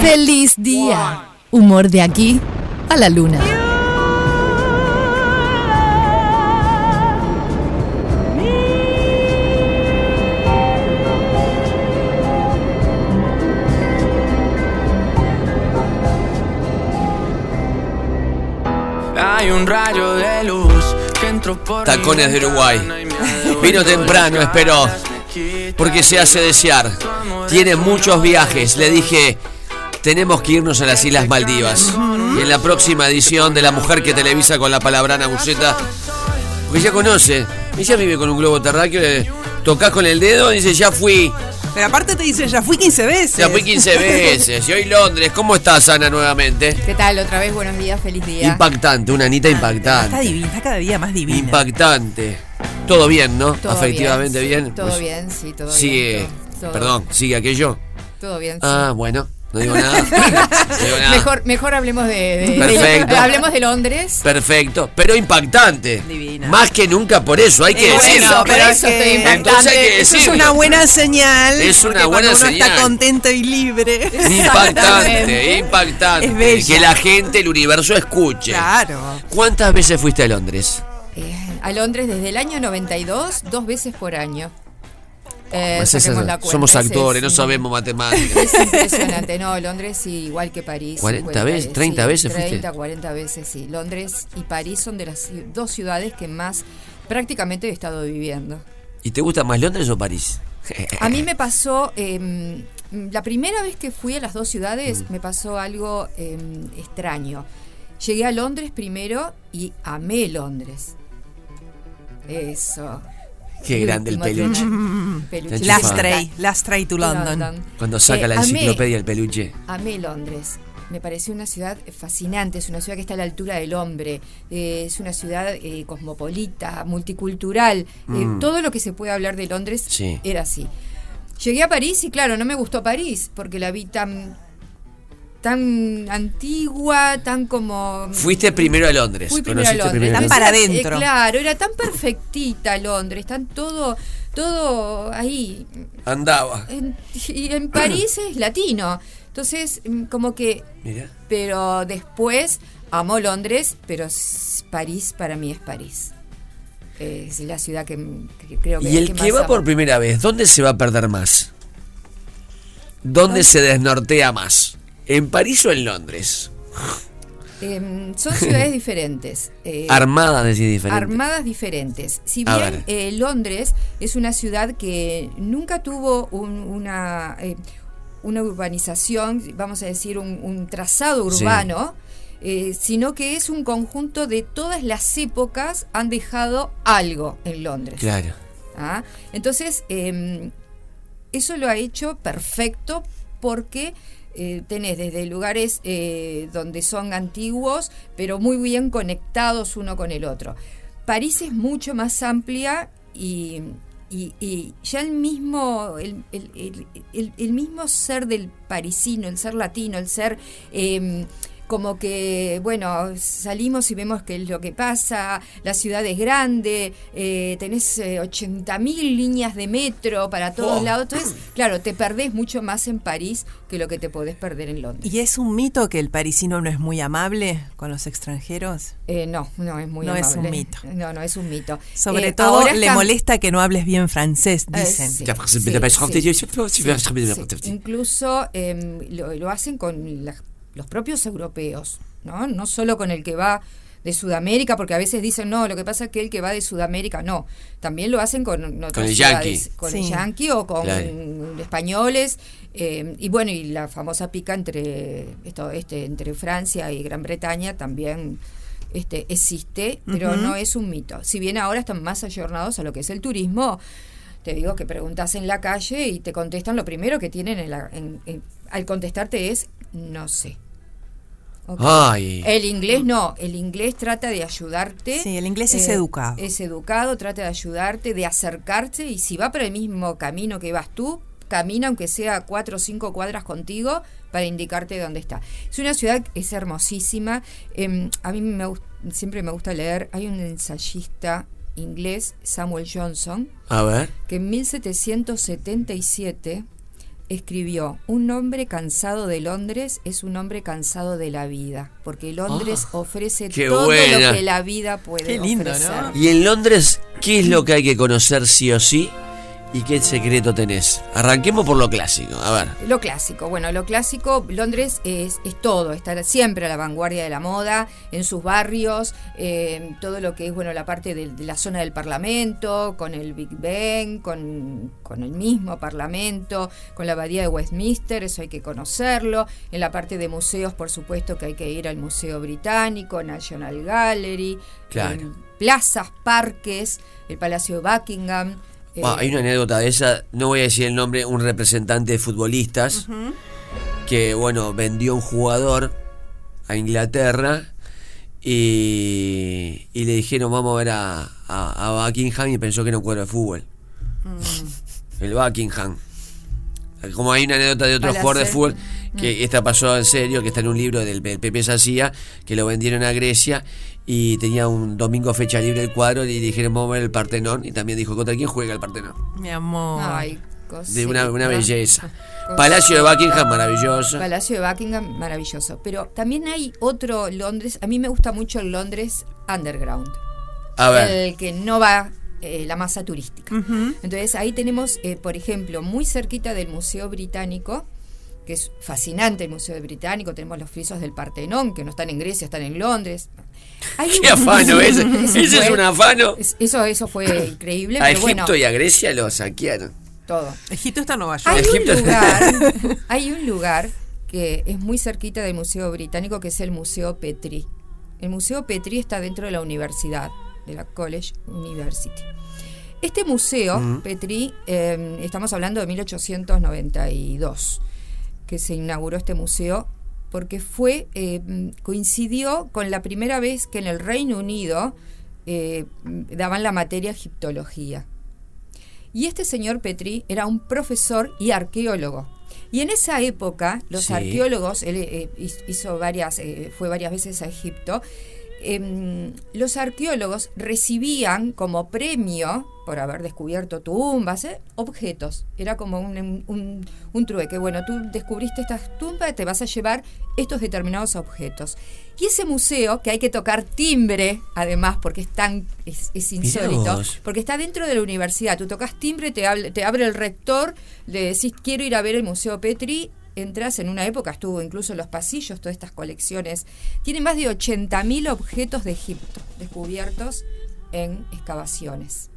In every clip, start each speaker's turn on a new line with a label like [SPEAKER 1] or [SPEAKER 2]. [SPEAKER 1] Feliz día. Humor de aquí a la luna.
[SPEAKER 2] Hay un rayo de luz que entró por
[SPEAKER 3] Tacones de Uruguay. Vino temprano, esperó. Porque se hace desear. Tiene muchos viajes. Le dije, tenemos que irnos a las Islas Maldivas. Y en la próxima edición de La Mujer que Televisa con la palabrana Buceta. Porque ella conoce. Ella vive con un globo terráqueo. Le tocas con el dedo y dice, ya fui.
[SPEAKER 4] Pero aparte te dicen, ya fui 15 veces.
[SPEAKER 3] Ya fui 15 veces. Y hoy Londres. ¿Cómo estás, Ana, nuevamente?
[SPEAKER 5] ¿Qué tal? Otra vez, buenos días, feliz día.
[SPEAKER 3] Impactante, una Anita
[SPEAKER 4] Ah, Está
[SPEAKER 3] impactante.
[SPEAKER 4] divina, está cada día más divina.
[SPEAKER 3] Impactante. Todo bien, ¿no?
[SPEAKER 5] Todo
[SPEAKER 3] Afectivamente
[SPEAKER 5] sí,
[SPEAKER 3] bien.
[SPEAKER 5] Todo
[SPEAKER 3] Pues,
[SPEAKER 5] bien, sí, todo
[SPEAKER 3] Sigue.
[SPEAKER 5] bien. todo- todo-
[SPEAKER 3] Perdón, sigue aquello.
[SPEAKER 5] Todo bien, sí.
[SPEAKER 3] Ah, bueno, no digo nada. No digo nada.
[SPEAKER 5] Mejor, mejor hablemos de, de-
[SPEAKER 3] Perfecto.
[SPEAKER 5] hablemos de Londres.
[SPEAKER 3] Perfecto, pero impactante.
[SPEAKER 4] Divina.
[SPEAKER 3] Más que nunca por eso, hay que
[SPEAKER 4] Eh, bueno,
[SPEAKER 3] decirlo.
[SPEAKER 4] pero
[SPEAKER 5] por
[SPEAKER 4] es
[SPEAKER 5] eso
[SPEAKER 4] que-
[SPEAKER 5] estoy impactante.
[SPEAKER 3] Entonces hay que
[SPEAKER 4] Eso es
[SPEAKER 3] decirlo.
[SPEAKER 4] una buena señal.
[SPEAKER 3] Es una
[SPEAKER 4] porque
[SPEAKER 3] buena
[SPEAKER 4] cuando uno
[SPEAKER 3] señal.
[SPEAKER 4] está contento y libre.
[SPEAKER 3] Impactante,
[SPEAKER 5] Exactamente.
[SPEAKER 3] impactante.
[SPEAKER 4] Es bella.
[SPEAKER 3] Que la gente, el universo escuche.
[SPEAKER 4] Claro.
[SPEAKER 3] ¿Cuántas veces fuiste a Londres?
[SPEAKER 5] Eh, a Londres desde el año 92, dos veces por año. Eh,
[SPEAKER 3] Pues
[SPEAKER 5] saquemos
[SPEAKER 3] esas-
[SPEAKER 5] la cuenta,
[SPEAKER 3] somos
[SPEAKER 5] ese
[SPEAKER 3] actores,
[SPEAKER 5] es
[SPEAKER 3] no
[SPEAKER 5] un-
[SPEAKER 3] sabemos matemáticas.
[SPEAKER 5] Es impresionante, no, Londres sí, igual que París.
[SPEAKER 3] 40
[SPEAKER 5] 50
[SPEAKER 3] veces, 30 veces fuiste.
[SPEAKER 5] 30, 40 veces, sí. Londres y París son de las ci- dos ciudades que más prácticamente he estado viviendo.
[SPEAKER 3] ¿Y te gusta más Londres o París?
[SPEAKER 5] A mí me pasó, eh, la primera vez que fui a las dos ciudades
[SPEAKER 3] Mm.
[SPEAKER 5] me pasó algo eh, extraño. Llegué a Londres primero y amé Londres. Eso.
[SPEAKER 3] Qué grande el
[SPEAKER 5] Último
[SPEAKER 3] peluche.
[SPEAKER 5] tema. Peluche.
[SPEAKER 3] Está
[SPEAKER 4] Last Tray, Last Tray to London.
[SPEAKER 3] Cuando saca
[SPEAKER 5] Eh,
[SPEAKER 3] la
[SPEAKER 5] amé-
[SPEAKER 3] enciclopedia el peluche.
[SPEAKER 5] Amé Londres. Me pareció una ciudad fascinante, es una ciudad que está a la altura del hombre, eh, es una ciudad eh, cosmopolita, multicultural, eh, todo lo que se puede hablar de Londres
[SPEAKER 3] Mm. Sí.
[SPEAKER 5] era así. Llegué a París y claro, no me gustó París porque la vi tan tan antigua, tan como
[SPEAKER 3] Fuiste primero a Londres.
[SPEAKER 5] fui primero a
[SPEAKER 3] conociste
[SPEAKER 5] Londres.
[SPEAKER 3] primero
[SPEAKER 4] Tan
[SPEAKER 5] Entonces,
[SPEAKER 4] para
[SPEAKER 5] era- eh,
[SPEAKER 4] adentro.
[SPEAKER 5] claro, era tan perfectita Londres, tan todo todo ahí
[SPEAKER 3] Andaba.
[SPEAKER 5] en- y en París es latino. Entonces, mm, como que.
[SPEAKER 3] Mira.
[SPEAKER 5] Pero después amo Londres, pero s- París para mí es París. Es la ciudad que, m- que creo que
[SPEAKER 3] Y el que
[SPEAKER 5] más
[SPEAKER 3] va
[SPEAKER 5] amo.
[SPEAKER 3] por primera vez, ¿dónde se va a perder más? ¿Dónde se desnortea más? ¿En París o en Londres?
[SPEAKER 5] Em, son ciudades diferentes. eh,
[SPEAKER 3] Armada, decir diferente.
[SPEAKER 5] Armadas diferentes. Si
[SPEAKER 3] A
[SPEAKER 5] bien
[SPEAKER 3] ver.
[SPEAKER 5] eh, Londres es una ciudad que nunca tuvo un- una, eh, una urbanización, vamos a decir, un, un trazado
[SPEAKER 3] Sí.
[SPEAKER 5] urbano, eh, sino que es un conjunto de todas las épocas han dejado algo en Londres.
[SPEAKER 3] Claro.
[SPEAKER 5] ¿ah? Entonces, eh, eso lo ha hecho perfecto porque eh, tenés desde lugares eh, donde son antiguos, pero muy bien conectados uno con el otro. París es mucho más amplia y, y- y ya el mismo, el, el- el- el- el mismo ser del parisino, el ser latino, el ser... eh, como que, bueno, salimos y vemos qué es lo que pasa, la ciudad es grande, eh, tenés eh, 80.000 líneas de metro para todos
[SPEAKER 3] Oh.
[SPEAKER 5] lados, entonces, claro, te perdés mucho más en París que lo que te podés perder en Londres.
[SPEAKER 4] ¿Y es un mito que el parisino no es muy amable con los extranjeros?
[SPEAKER 5] Eh, no, no es muy
[SPEAKER 4] No es un
[SPEAKER 5] amable.
[SPEAKER 4] mito.
[SPEAKER 5] No, no es un mito.
[SPEAKER 4] Sobre
[SPEAKER 5] Eh,
[SPEAKER 4] todo
[SPEAKER 5] ahora
[SPEAKER 4] le
[SPEAKER 5] está-
[SPEAKER 4] molesta que no hables bien francés,
[SPEAKER 5] Eh,
[SPEAKER 4] dicen.
[SPEAKER 5] sí,
[SPEAKER 3] Sí,
[SPEAKER 5] sí, sí, sí.
[SPEAKER 3] sí.
[SPEAKER 5] Incluso em, lo, lo hacen con las- los propios europeos, ¿no? No solo con el que va de Sudamérica, porque a veces dicen, no, lo que pasa es que el que va de Sudamérica, no. También lo hacen con otras
[SPEAKER 3] Con el
[SPEAKER 5] ciudades,
[SPEAKER 3] yanqui.
[SPEAKER 5] Con
[SPEAKER 4] Sí.
[SPEAKER 5] el yanqui o con
[SPEAKER 3] Claro.
[SPEAKER 5] españoles. eh, y bueno, y la famosa pica entre, esto, este, entre Francia y Gran Bretaña también este, existe, pero no es un mito. Si bien ahora están más ayornados a lo que es el turismo, te digo que preguntas en la calle y te contestan lo primero que tienen en la- en- en- al contestarte es no sé. Ok. Eh.
[SPEAKER 3] Ay.
[SPEAKER 5] El inglés no, el inglés trata de ayudarte. eh,
[SPEAKER 4] Sí, el inglés es educado.
[SPEAKER 5] Es educado, trata de ayudarte, de acercarse y si va por el mismo camino que vas tú, camina aunque sea cuatro o cinco cuadras contigo para indicarte dónde está. Es una ciudad que es hermosísima. em, a mí me, gust- siempre me gusta leer, hay un ensayista inglés, Samuel Johnson,
[SPEAKER 3] A ver.
[SPEAKER 5] que en 1777 escribió, un hombre cansado de Londres es un hombre cansado de la vida, porque Londres ofrece
[SPEAKER 3] Ah, qué
[SPEAKER 5] todo
[SPEAKER 3] buena.
[SPEAKER 5] lo que la vida puede
[SPEAKER 4] Qué lindo,
[SPEAKER 5] ofrecer.
[SPEAKER 4] ¿no?
[SPEAKER 3] Y en Londres, ¿qué es lo que hay que conocer sí o sí? ¿Y qué secreto tenés? Arranquemos por lo clásico. A ver.
[SPEAKER 5] Lo clásico, bueno, lo clásico, Londres es, es todo, está siempre a la vanguardia de la moda, en sus barrios, eh, todo lo que es, bueno, la parte de, de la zona del Parlamento, con el Big Ben, con, con el mismo Parlamento, con la abadía de Westminster, eso hay que conocerlo, en la parte de museos, por supuesto que hay que ir al Museo Británico, National Gallery,
[SPEAKER 3] Claro.
[SPEAKER 5] en plazas, parques, el Palacio de Buckingham. eh,
[SPEAKER 3] Ah, hay una anécdota de esa, no voy a decir el nombre, un representante de futbolistas que, bueno, vendió un jugador a Inglaterra y, y le dijeron vamos a ver a, a- a Buckingham y pensó que era un cuadro de fútbol.
[SPEAKER 5] Mm.
[SPEAKER 3] El Buckingham. Como hay una anécdota de otro
[SPEAKER 5] Para
[SPEAKER 3] jugador de
[SPEAKER 5] hacer-
[SPEAKER 3] fútbol, que esta pasó en serio, que está en un libro del, del Pepe Sacía, que lo vendieron a Grecia y tenía un domingo fecha libre el cuadro y le dijeron vamos a ver el Partenón y también dijo ¿contra quién juega el Partenón?
[SPEAKER 4] Mi amor.
[SPEAKER 5] ay,
[SPEAKER 3] de una, una
[SPEAKER 5] cosita.
[SPEAKER 3] belleza. Palacio de Buckingham, maravilloso.
[SPEAKER 5] Palacio de Buckingham, maravilloso. Pero también hay otro Londres, a mí me gusta mucho el Londres underground,
[SPEAKER 3] A ver,
[SPEAKER 5] el que no va eh, la masa turística. Entonces ahí tenemos, eh, por ejemplo, muy cerquita del Museo Británico, que es fascinante el Museo Británico, tenemos los frisos del Partenón, que no están en Grecia, están en Londres. Hay un-
[SPEAKER 3] qué afano ese.
[SPEAKER 5] Ese
[SPEAKER 3] Ese es
[SPEAKER 5] fue-
[SPEAKER 3] un afano.
[SPEAKER 5] es- Eso, eso fue increíble,
[SPEAKER 3] A
[SPEAKER 5] pero bueno,
[SPEAKER 3] Egipto y a Grecia lo saquearon.
[SPEAKER 5] todo.
[SPEAKER 4] Egipto está en Nueva York.
[SPEAKER 5] Hay
[SPEAKER 3] Egipto.
[SPEAKER 5] un lugar, hay un lugar que es muy cerquita del Museo Británico, que es el Museo Petri. El Museo Petri está dentro de la universidad, de la College University. Este museo, Petri, eh, estamos hablando de 1892, que se inauguró este museo porque fue eh, coincidió con la primera vez que en el Reino Unido eh, daban la materia egiptología. Y este señor Petri era un profesor y arqueólogo. Y en esa época, los
[SPEAKER 3] Sí.
[SPEAKER 5] arqueólogos, él eh, hiz- hizo varias, eh, fue varias veces a Egipto, em, los arqueólogos recibían como premio, por haber descubierto tumbas, eh, objetos. Era como un, un- un trueque. Bueno, tú descubriste estas tumbas, te vas a llevar estos determinados objetos. Y ese museo, que hay que tocar timbre, además, porque es tan es, es
[SPEAKER 3] Mirá
[SPEAKER 5] insólito,
[SPEAKER 3] vos.
[SPEAKER 5] porque está dentro de la universidad. Tú tocas timbre, te, hable- te abre el rector, le decís quiero ir a ver el Museo Petri, entras en una época, estuvo incluso en los pasillos, todas estas colecciones. Tiene más de 80.000 objetos de Egipto descubiertos en excavaciones.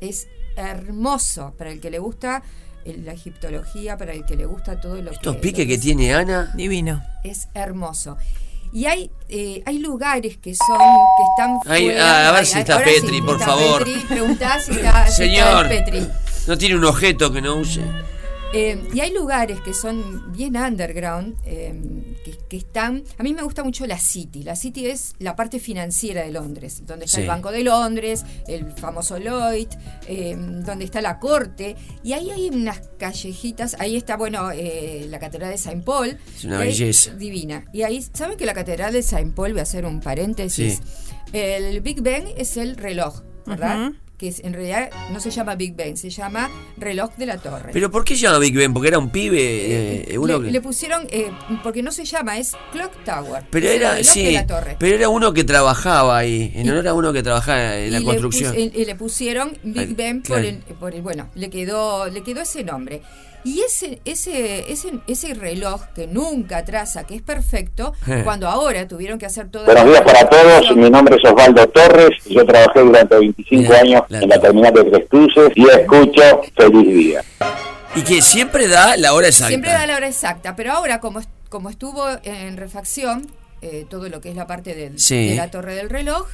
[SPEAKER 5] Es hermoso para el que le gusta eh, la egiptología, para el que le gusta todo lo
[SPEAKER 3] Estos
[SPEAKER 5] que...
[SPEAKER 3] piques
[SPEAKER 5] lo que
[SPEAKER 3] que
[SPEAKER 5] es-
[SPEAKER 3] tiene Ana.
[SPEAKER 4] Divino.
[SPEAKER 5] es hermoso. Y hay, eh, hay lugares que son, que están
[SPEAKER 3] Ay,
[SPEAKER 5] fuera-
[SPEAKER 3] a ver
[SPEAKER 5] Ay,
[SPEAKER 3] si
[SPEAKER 5] ay,
[SPEAKER 3] está
[SPEAKER 5] ahora
[SPEAKER 3] Petri,
[SPEAKER 5] si
[SPEAKER 3] por
[SPEAKER 5] está
[SPEAKER 3] favor.
[SPEAKER 5] Petri, preguntá si Ah, está, si está
[SPEAKER 3] Señor,
[SPEAKER 5] el Petri.
[SPEAKER 3] no tiene un objeto que no use.
[SPEAKER 5] Eh, y hay lugares que son bien underground, eh, que, que están... A mí me gusta mucho la City. La City es la parte financiera de Londres, donde está
[SPEAKER 3] Sí.
[SPEAKER 5] el Banco de Londres, el famoso Lloyd, eh, donde está la corte. Y ahí hay unas callejitas, ahí está, bueno, eh, la Catedral de Saint Paul.
[SPEAKER 3] Es una
[SPEAKER 5] Y ahí-
[SPEAKER 3] belleza.
[SPEAKER 5] Divina. Y ahí, ¿saben que la Catedral de Saint Paul, voy a hacer un paréntesis, el Big Ben es el reloj, ¿verdad?
[SPEAKER 4] Ujú.
[SPEAKER 5] Que es- en realidad no se llama Big Ben, se llama reloj de la torre.
[SPEAKER 3] Pero ¿por qué llama Big Ben? Porque era un pibe. eh, uno
[SPEAKER 5] le,
[SPEAKER 3] que-
[SPEAKER 5] le pusieron, eh, porque no se llama, es Clock Tower.
[SPEAKER 3] pero
[SPEAKER 5] es el
[SPEAKER 3] era,
[SPEAKER 5] reloj de
[SPEAKER 3] sí,
[SPEAKER 5] la torre.
[SPEAKER 3] pero era uno que trabajaba ahí, en
[SPEAKER 5] Y-
[SPEAKER 3] honor a uno que trabajaba en la
[SPEAKER 5] y
[SPEAKER 3] construcción.
[SPEAKER 5] Le, pus- y- y le pusieron Big
[SPEAKER 3] Al-
[SPEAKER 5] Ben por,
[SPEAKER 3] claro.
[SPEAKER 5] el, por el- bueno, le quedó, le quedó ese nombre. Y ese, ese, ese, ese reloj que nunca traza, que es perfecto,
[SPEAKER 3] Eh.
[SPEAKER 5] cuando ahora tuvieron que hacer todo
[SPEAKER 6] Buenos días para todos, mi nombre es Osvaldo Torres, yo trabajé durante 25
[SPEAKER 3] Bien,
[SPEAKER 6] años
[SPEAKER 3] la
[SPEAKER 6] en la
[SPEAKER 3] torre.
[SPEAKER 6] terminal de Tres Cruces y escucho Feliz Día.
[SPEAKER 3] Y que siempre da la hora exacta.
[SPEAKER 5] Siempre da la hora exacta, pero ahora como, est- como estuvo en refacción, eh, todo lo que es la parte del-
[SPEAKER 3] Sí.
[SPEAKER 5] de la torre del reloj,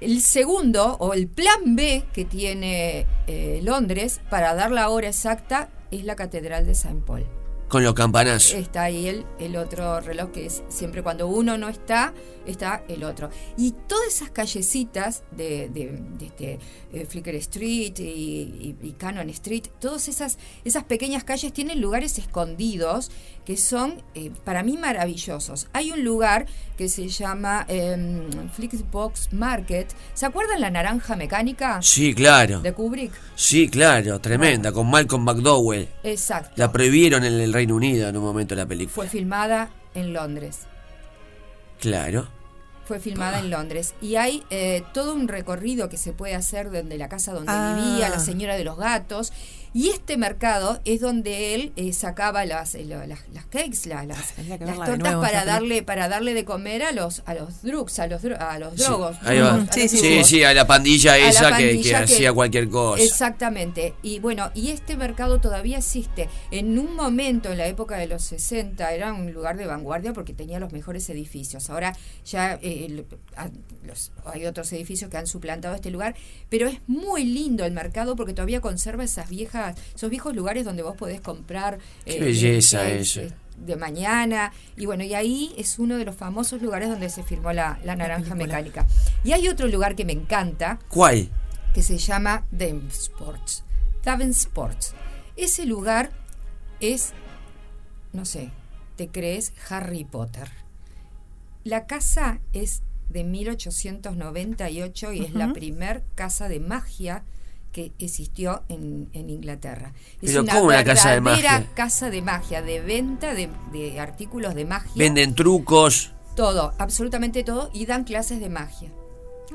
[SPEAKER 5] el segundo o el plan B que tiene eh, Londres para dar la hora exacta es la Catedral de Saint Paul.
[SPEAKER 3] con los campanazos.
[SPEAKER 5] está ahí el, el otro reloj que es siempre cuando uno no está, está el otro. Y todas esas callecitas de, de- de este, eh, Flickr Street y, y- y Cannon Street, todas esas, esas pequeñas calles tienen lugares escondidos que son eh, para mí maravillosos. Hay un lugar que se llama eh, Flixbox Market. ¿Se acuerdan la naranja mecánica
[SPEAKER 3] Sí, claro.
[SPEAKER 5] de Kubrick?
[SPEAKER 3] Sí, claro, tremenda, con Malcolm McDowell.
[SPEAKER 5] Exacto.
[SPEAKER 3] La prohibieron en el Reino Unido en un momento la película.
[SPEAKER 5] Fue filmada en Londres.
[SPEAKER 3] Claro.
[SPEAKER 5] Fue filmada en Londres. Y hay eh, todo un recorrido que se puede hacer desde la casa donde
[SPEAKER 4] Ah.
[SPEAKER 5] vivía, la señora de los gatos. Y este mercado es donde él eh, sacaba las, eh, lo- las, las cakes, la- las,
[SPEAKER 4] Tendría Ah, que
[SPEAKER 5] las
[SPEAKER 4] verla de
[SPEAKER 5] tortas
[SPEAKER 4] nuevo,
[SPEAKER 5] para
[SPEAKER 4] esa
[SPEAKER 5] darle, para darle de comer a los, a los drugs, a los, dro- a los
[SPEAKER 3] Sí,
[SPEAKER 5] drogos.
[SPEAKER 3] ahí va.
[SPEAKER 5] A
[SPEAKER 4] Sí,
[SPEAKER 5] los
[SPEAKER 3] Sí,
[SPEAKER 4] sí.
[SPEAKER 3] sí, a la pandilla
[SPEAKER 5] Mm, a la
[SPEAKER 3] esa que- que,
[SPEAKER 5] pandilla que-
[SPEAKER 3] hacía cualquier cosa.
[SPEAKER 5] Exactamente. Y bueno, y este mercado todavía existe. En un momento, en la época de los 60, era un lugar de vanguardia porque tenía los mejores edificios. Ahora ya eh, el- a- los- hay otros edificios que han suplantado este lugar, pero es muy lindo el mercado porque todavía conserva esas viejas, esos viejos lugares donde vos podés comprar. eh,
[SPEAKER 3] Qué belleza eso.
[SPEAKER 5] de mañana y bueno y ahí es uno de los famosos lugares donde se firmó la, la naranja mecánica y hay otro lugar que me encanta
[SPEAKER 3] ¿Cuál?
[SPEAKER 5] que se llama Davenport. Davenport. Ese lugar es, no sé, te crees Harry Potter. La casa es de 1898 y es la primer casa de magia que existió en, en Inglaterra. Es
[SPEAKER 3] Pero ¿cómo una casa de
[SPEAKER 5] verdadera
[SPEAKER 3] magia?
[SPEAKER 5] casa de magia, de venta de, de artículos de magia.
[SPEAKER 3] Venden trucos.
[SPEAKER 5] Todo, absolutamente todo, y dan clases de magia.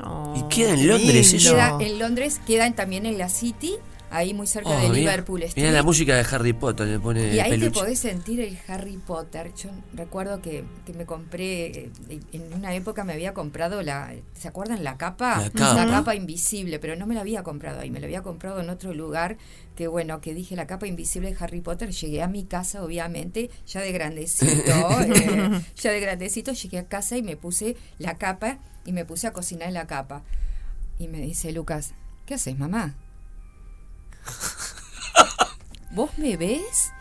[SPEAKER 4] Oh,
[SPEAKER 3] Y queda en Londres eso.
[SPEAKER 5] Queda en Londres, queda también en la City, ahí muy cerca de
[SPEAKER 3] Oh, mirá,
[SPEAKER 5] Liverpool.
[SPEAKER 3] mirá
[SPEAKER 5] Street.
[SPEAKER 3] la música de Harry Potter, le pone
[SPEAKER 5] y ahí te
[SPEAKER 3] eh, peluche.
[SPEAKER 5] podés sentir el Harry Potter. Yo recuerdo que, que me compré, eh, en una época me había comprado la, ¿se acuerdan la capa?
[SPEAKER 3] La capa.
[SPEAKER 5] invisible, pero no me la había comprado ahí, me la había comprado en otro lugar, que bueno, que dije la capa invisible de Harry Potter, llegué a mi casa obviamente, ya de grandecito, eh, ya de grandecito, llegué a casa y me puse la capa y me puse a cocinar en la capa. Y me dice Lucas, ¿qué haces, mamá? ¿Vos me ves?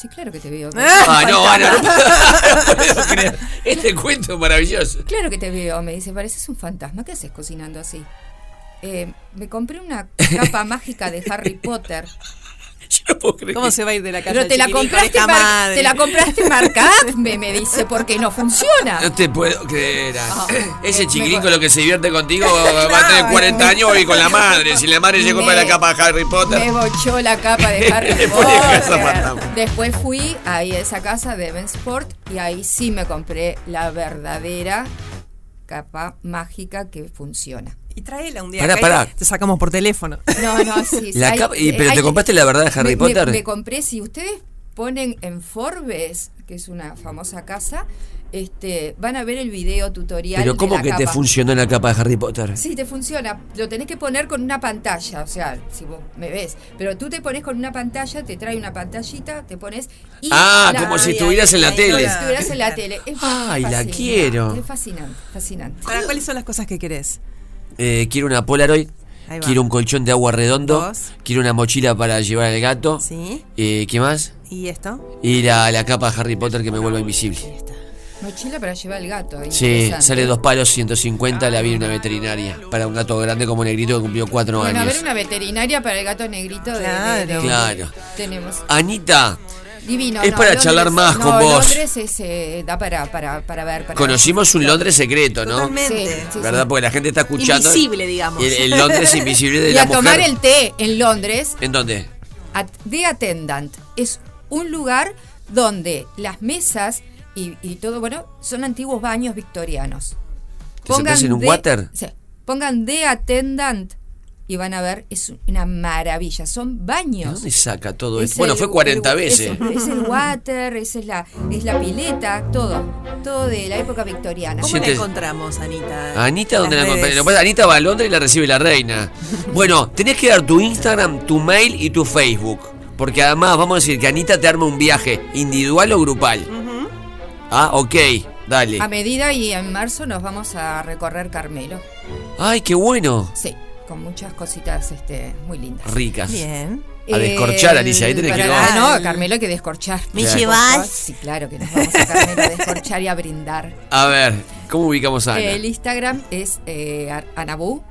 [SPEAKER 5] Sí, claro que te veo.
[SPEAKER 3] Ah, no, ah, no, no, no puedo creer. Este cuento es maravilloso.
[SPEAKER 5] Claro que te veo. Me dice, pareces un fantasma. ¿Qué haces cocinando así? Eh, me compré una capa mágica de Harry Potter.
[SPEAKER 3] Yo no puedo creer.
[SPEAKER 4] ¿Cómo
[SPEAKER 3] que-
[SPEAKER 4] se va a ir de la casa
[SPEAKER 5] Pero te la
[SPEAKER 4] chiquirín con
[SPEAKER 5] compraste,
[SPEAKER 4] esta
[SPEAKER 5] mar-
[SPEAKER 4] madre?
[SPEAKER 5] te la compraste marcada, me, me dice, porque no funciona.
[SPEAKER 3] No te puedo creer. ah.
[SPEAKER 5] Ah,
[SPEAKER 3] Ese
[SPEAKER 5] me-
[SPEAKER 3] chiquilín
[SPEAKER 5] me-
[SPEAKER 3] con lo que se divierte contigo va a tener 40 años y con la madre. Si la madre llegó
[SPEAKER 5] Me-
[SPEAKER 3] para la capa de Harry
[SPEAKER 5] Me
[SPEAKER 3] Potter.
[SPEAKER 5] bochó la capa de Harry
[SPEAKER 3] Le ponía casa fantasma.
[SPEAKER 5] Potter. Después fui ahí a esa casa de Evensport y ahí sí me compré la verdadera capa mágica que funciona.
[SPEAKER 4] Y tráela un día.
[SPEAKER 3] Pará,
[SPEAKER 4] acá y
[SPEAKER 3] pará.
[SPEAKER 4] Te sacamos por teléfono.
[SPEAKER 5] No, no, sí. sí,
[SPEAKER 3] La
[SPEAKER 5] hay-
[SPEAKER 3] capa- y-
[SPEAKER 5] eh,
[SPEAKER 3] ¿Pero
[SPEAKER 5] hay-
[SPEAKER 3] te compraste la verdad de Harry
[SPEAKER 5] me-
[SPEAKER 3] Potter?
[SPEAKER 5] Me, me compré, si ustedes ponen en Forbes, que es una famosa casa, este, van a ver el video tutorial.
[SPEAKER 3] Pero
[SPEAKER 5] de
[SPEAKER 3] ¿cómo
[SPEAKER 5] la
[SPEAKER 3] que te
[SPEAKER 5] capa.
[SPEAKER 3] funcionó la capa de Harry Potter?
[SPEAKER 5] Sí, te funciona. Lo tenés que poner con una pantalla, o sea, si vos me ves. Pero tú te pones con una pantalla, te trae una pantallita, te pones y
[SPEAKER 3] Ah,
[SPEAKER 5] la-
[SPEAKER 3] como si
[SPEAKER 5] ay,
[SPEAKER 3] estuvieras
[SPEAKER 5] ay,
[SPEAKER 3] en la
[SPEAKER 5] ay,
[SPEAKER 3] tele.
[SPEAKER 5] Como si estuvieras en la tele. Es
[SPEAKER 3] Ay, la
[SPEAKER 5] fascinante,
[SPEAKER 3] quiero.
[SPEAKER 5] Es fascinante, fascinante.
[SPEAKER 4] Ahora, ¿cuáles son las cosas que querés?
[SPEAKER 3] Eh, quiero una Polaroid.
[SPEAKER 4] Ahí va.
[SPEAKER 3] Quiero un colchón de agua redondo.
[SPEAKER 4] Dos.
[SPEAKER 3] Quiero una mochila para llevar al gato.
[SPEAKER 4] Sí.
[SPEAKER 3] Eh, ¿Qué más?
[SPEAKER 4] ¿Y esto?
[SPEAKER 3] Y la, la capa de Harry Potter que me vuelva invisible.
[SPEAKER 5] Mochila para llevar el gato.
[SPEAKER 3] Sí,
[SPEAKER 5] interesante.
[SPEAKER 3] sale dos palos 150, la vi en una veterinaria. Para un gato grande como Negrito que cumplió cuatro
[SPEAKER 5] Bueno, a ver
[SPEAKER 3] años.
[SPEAKER 5] una veterinaria para el gato negrito de- de, de-
[SPEAKER 4] Claro.
[SPEAKER 3] Claro.
[SPEAKER 5] Tenemos.
[SPEAKER 3] Anita,
[SPEAKER 5] Divino.
[SPEAKER 3] Es
[SPEAKER 5] no,
[SPEAKER 3] para
[SPEAKER 5] Londres-
[SPEAKER 3] charlar más
[SPEAKER 5] no,
[SPEAKER 3] con vos.
[SPEAKER 5] Londres es, eh, da para, para, para ver. Para
[SPEAKER 3] conocimos un Londres secreto, ¿no?
[SPEAKER 5] Sí, sí,
[SPEAKER 4] Totalmente.
[SPEAKER 5] sí.
[SPEAKER 3] ¿Verdad? Porque la gente está escuchando.
[SPEAKER 7] Invisible, digamos.
[SPEAKER 3] El, el Londres invisible de
[SPEAKER 5] Y
[SPEAKER 3] la
[SPEAKER 5] a tomar
[SPEAKER 3] mujer.
[SPEAKER 5] el té en Londres,
[SPEAKER 3] ¿En dónde?
[SPEAKER 5] at- The Attendant. Es un lugar donde las mesas y, y todo, bueno, son antiguos baños victorianos.
[SPEAKER 3] ¿Te sentás en un
[SPEAKER 5] The-
[SPEAKER 3] water?
[SPEAKER 5] sí, pongan The Attendant y van a ver, es una maravilla. Son
[SPEAKER 3] ¿De
[SPEAKER 5] baños.
[SPEAKER 3] dónde saca todo
[SPEAKER 5] Es
[SPEAKER 3] esto? Bueno,
[SPEAKER 5] el-
[SPEAKER 3] fue 40
[SPEAKER 5] el-
[SPEAKER 3] veces.
[SPEAKER 5] Es el, es el water, esa es la, es la pileta, todo. Todo de la época victoriana.
[SPEAKER 4] ¿Cómo la
[SPEAKER 3] Sientes-
[SPEAKER 4] encontramos, Anita?
[SPEAKER 3] Anita, ¿dónde
[SPEAKER 4] Las
[SPEAKER 3] la
[SPEAKER 4] redes.
[SPEAKER 3] acompaña? Lo que pasa, Anita va a Londres y la recibe la reina. Bueno, tenés que dar tu Instagram, tu mail y tu Facebook. Porque además vamos a decir que Anita te arma un viaje, individual o grupal. Ah, ok, dale.
[SPEAKER 5] A medida y en marzo nos vamos a recorrer Carmelo.
[SPEAKER 3] Ay, qué bueno.
[SPEAKER 5] Sí, con muchas cositas este, muy lindas. Em,
[SPEAKER 3] Ricas.
[SPEAKER 4] Bien.
[SPEAKER 3] A descorchar, Alicia, ahí tenés
[SPEAKER 5] para
[SPEAKER 3] que ir.
[SPEAKER 5] nada, no, Carmelo, hay que descorchar.
[SPEAKER 7] ¿Me
[SPEAKER 5] Por
[SPEAKER 7] llevas?
[SPEAKER 5] favor. Sí, claro que nos vamos a Carmelo a descorchar y a brindar.
[SPEAKER 3] A ver, ¿cómo ubicamos a Ana?
[SPEAKER 5] Eh, El Instagram es eh, Ar- Anabú,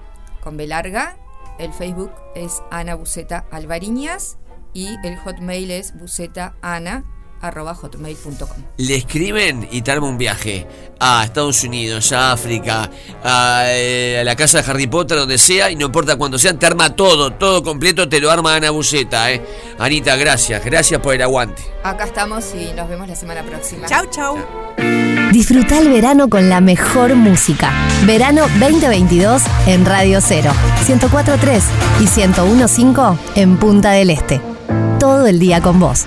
[SPEAKER 5] con B larga. El Facebook es Ana Buceta Alvariñas. Y el hotmail es bucetaana arroba hotmail.com.
[SPEAKER 3] le escriben y te arma un viaje a Estados Unidos, a África, a, eh, a la casa de Harry Potter, donde sea, y no importa cuándo sean, te arma todo, todo completo, te lo arma Ana Buceta, ¿eh? Anita, gracias, gracias por el aguante.
[SPEAKER 5] Acá estamos y nos vemos la semana próxima.
[SPEAKER 4] Chau, chau.
[SPEAKER 8] Disfruta el verano con la mejor música. Verano 2022 en Radio 0, 104.3 y 101.5 en Punta del Este. Todo el día con vos.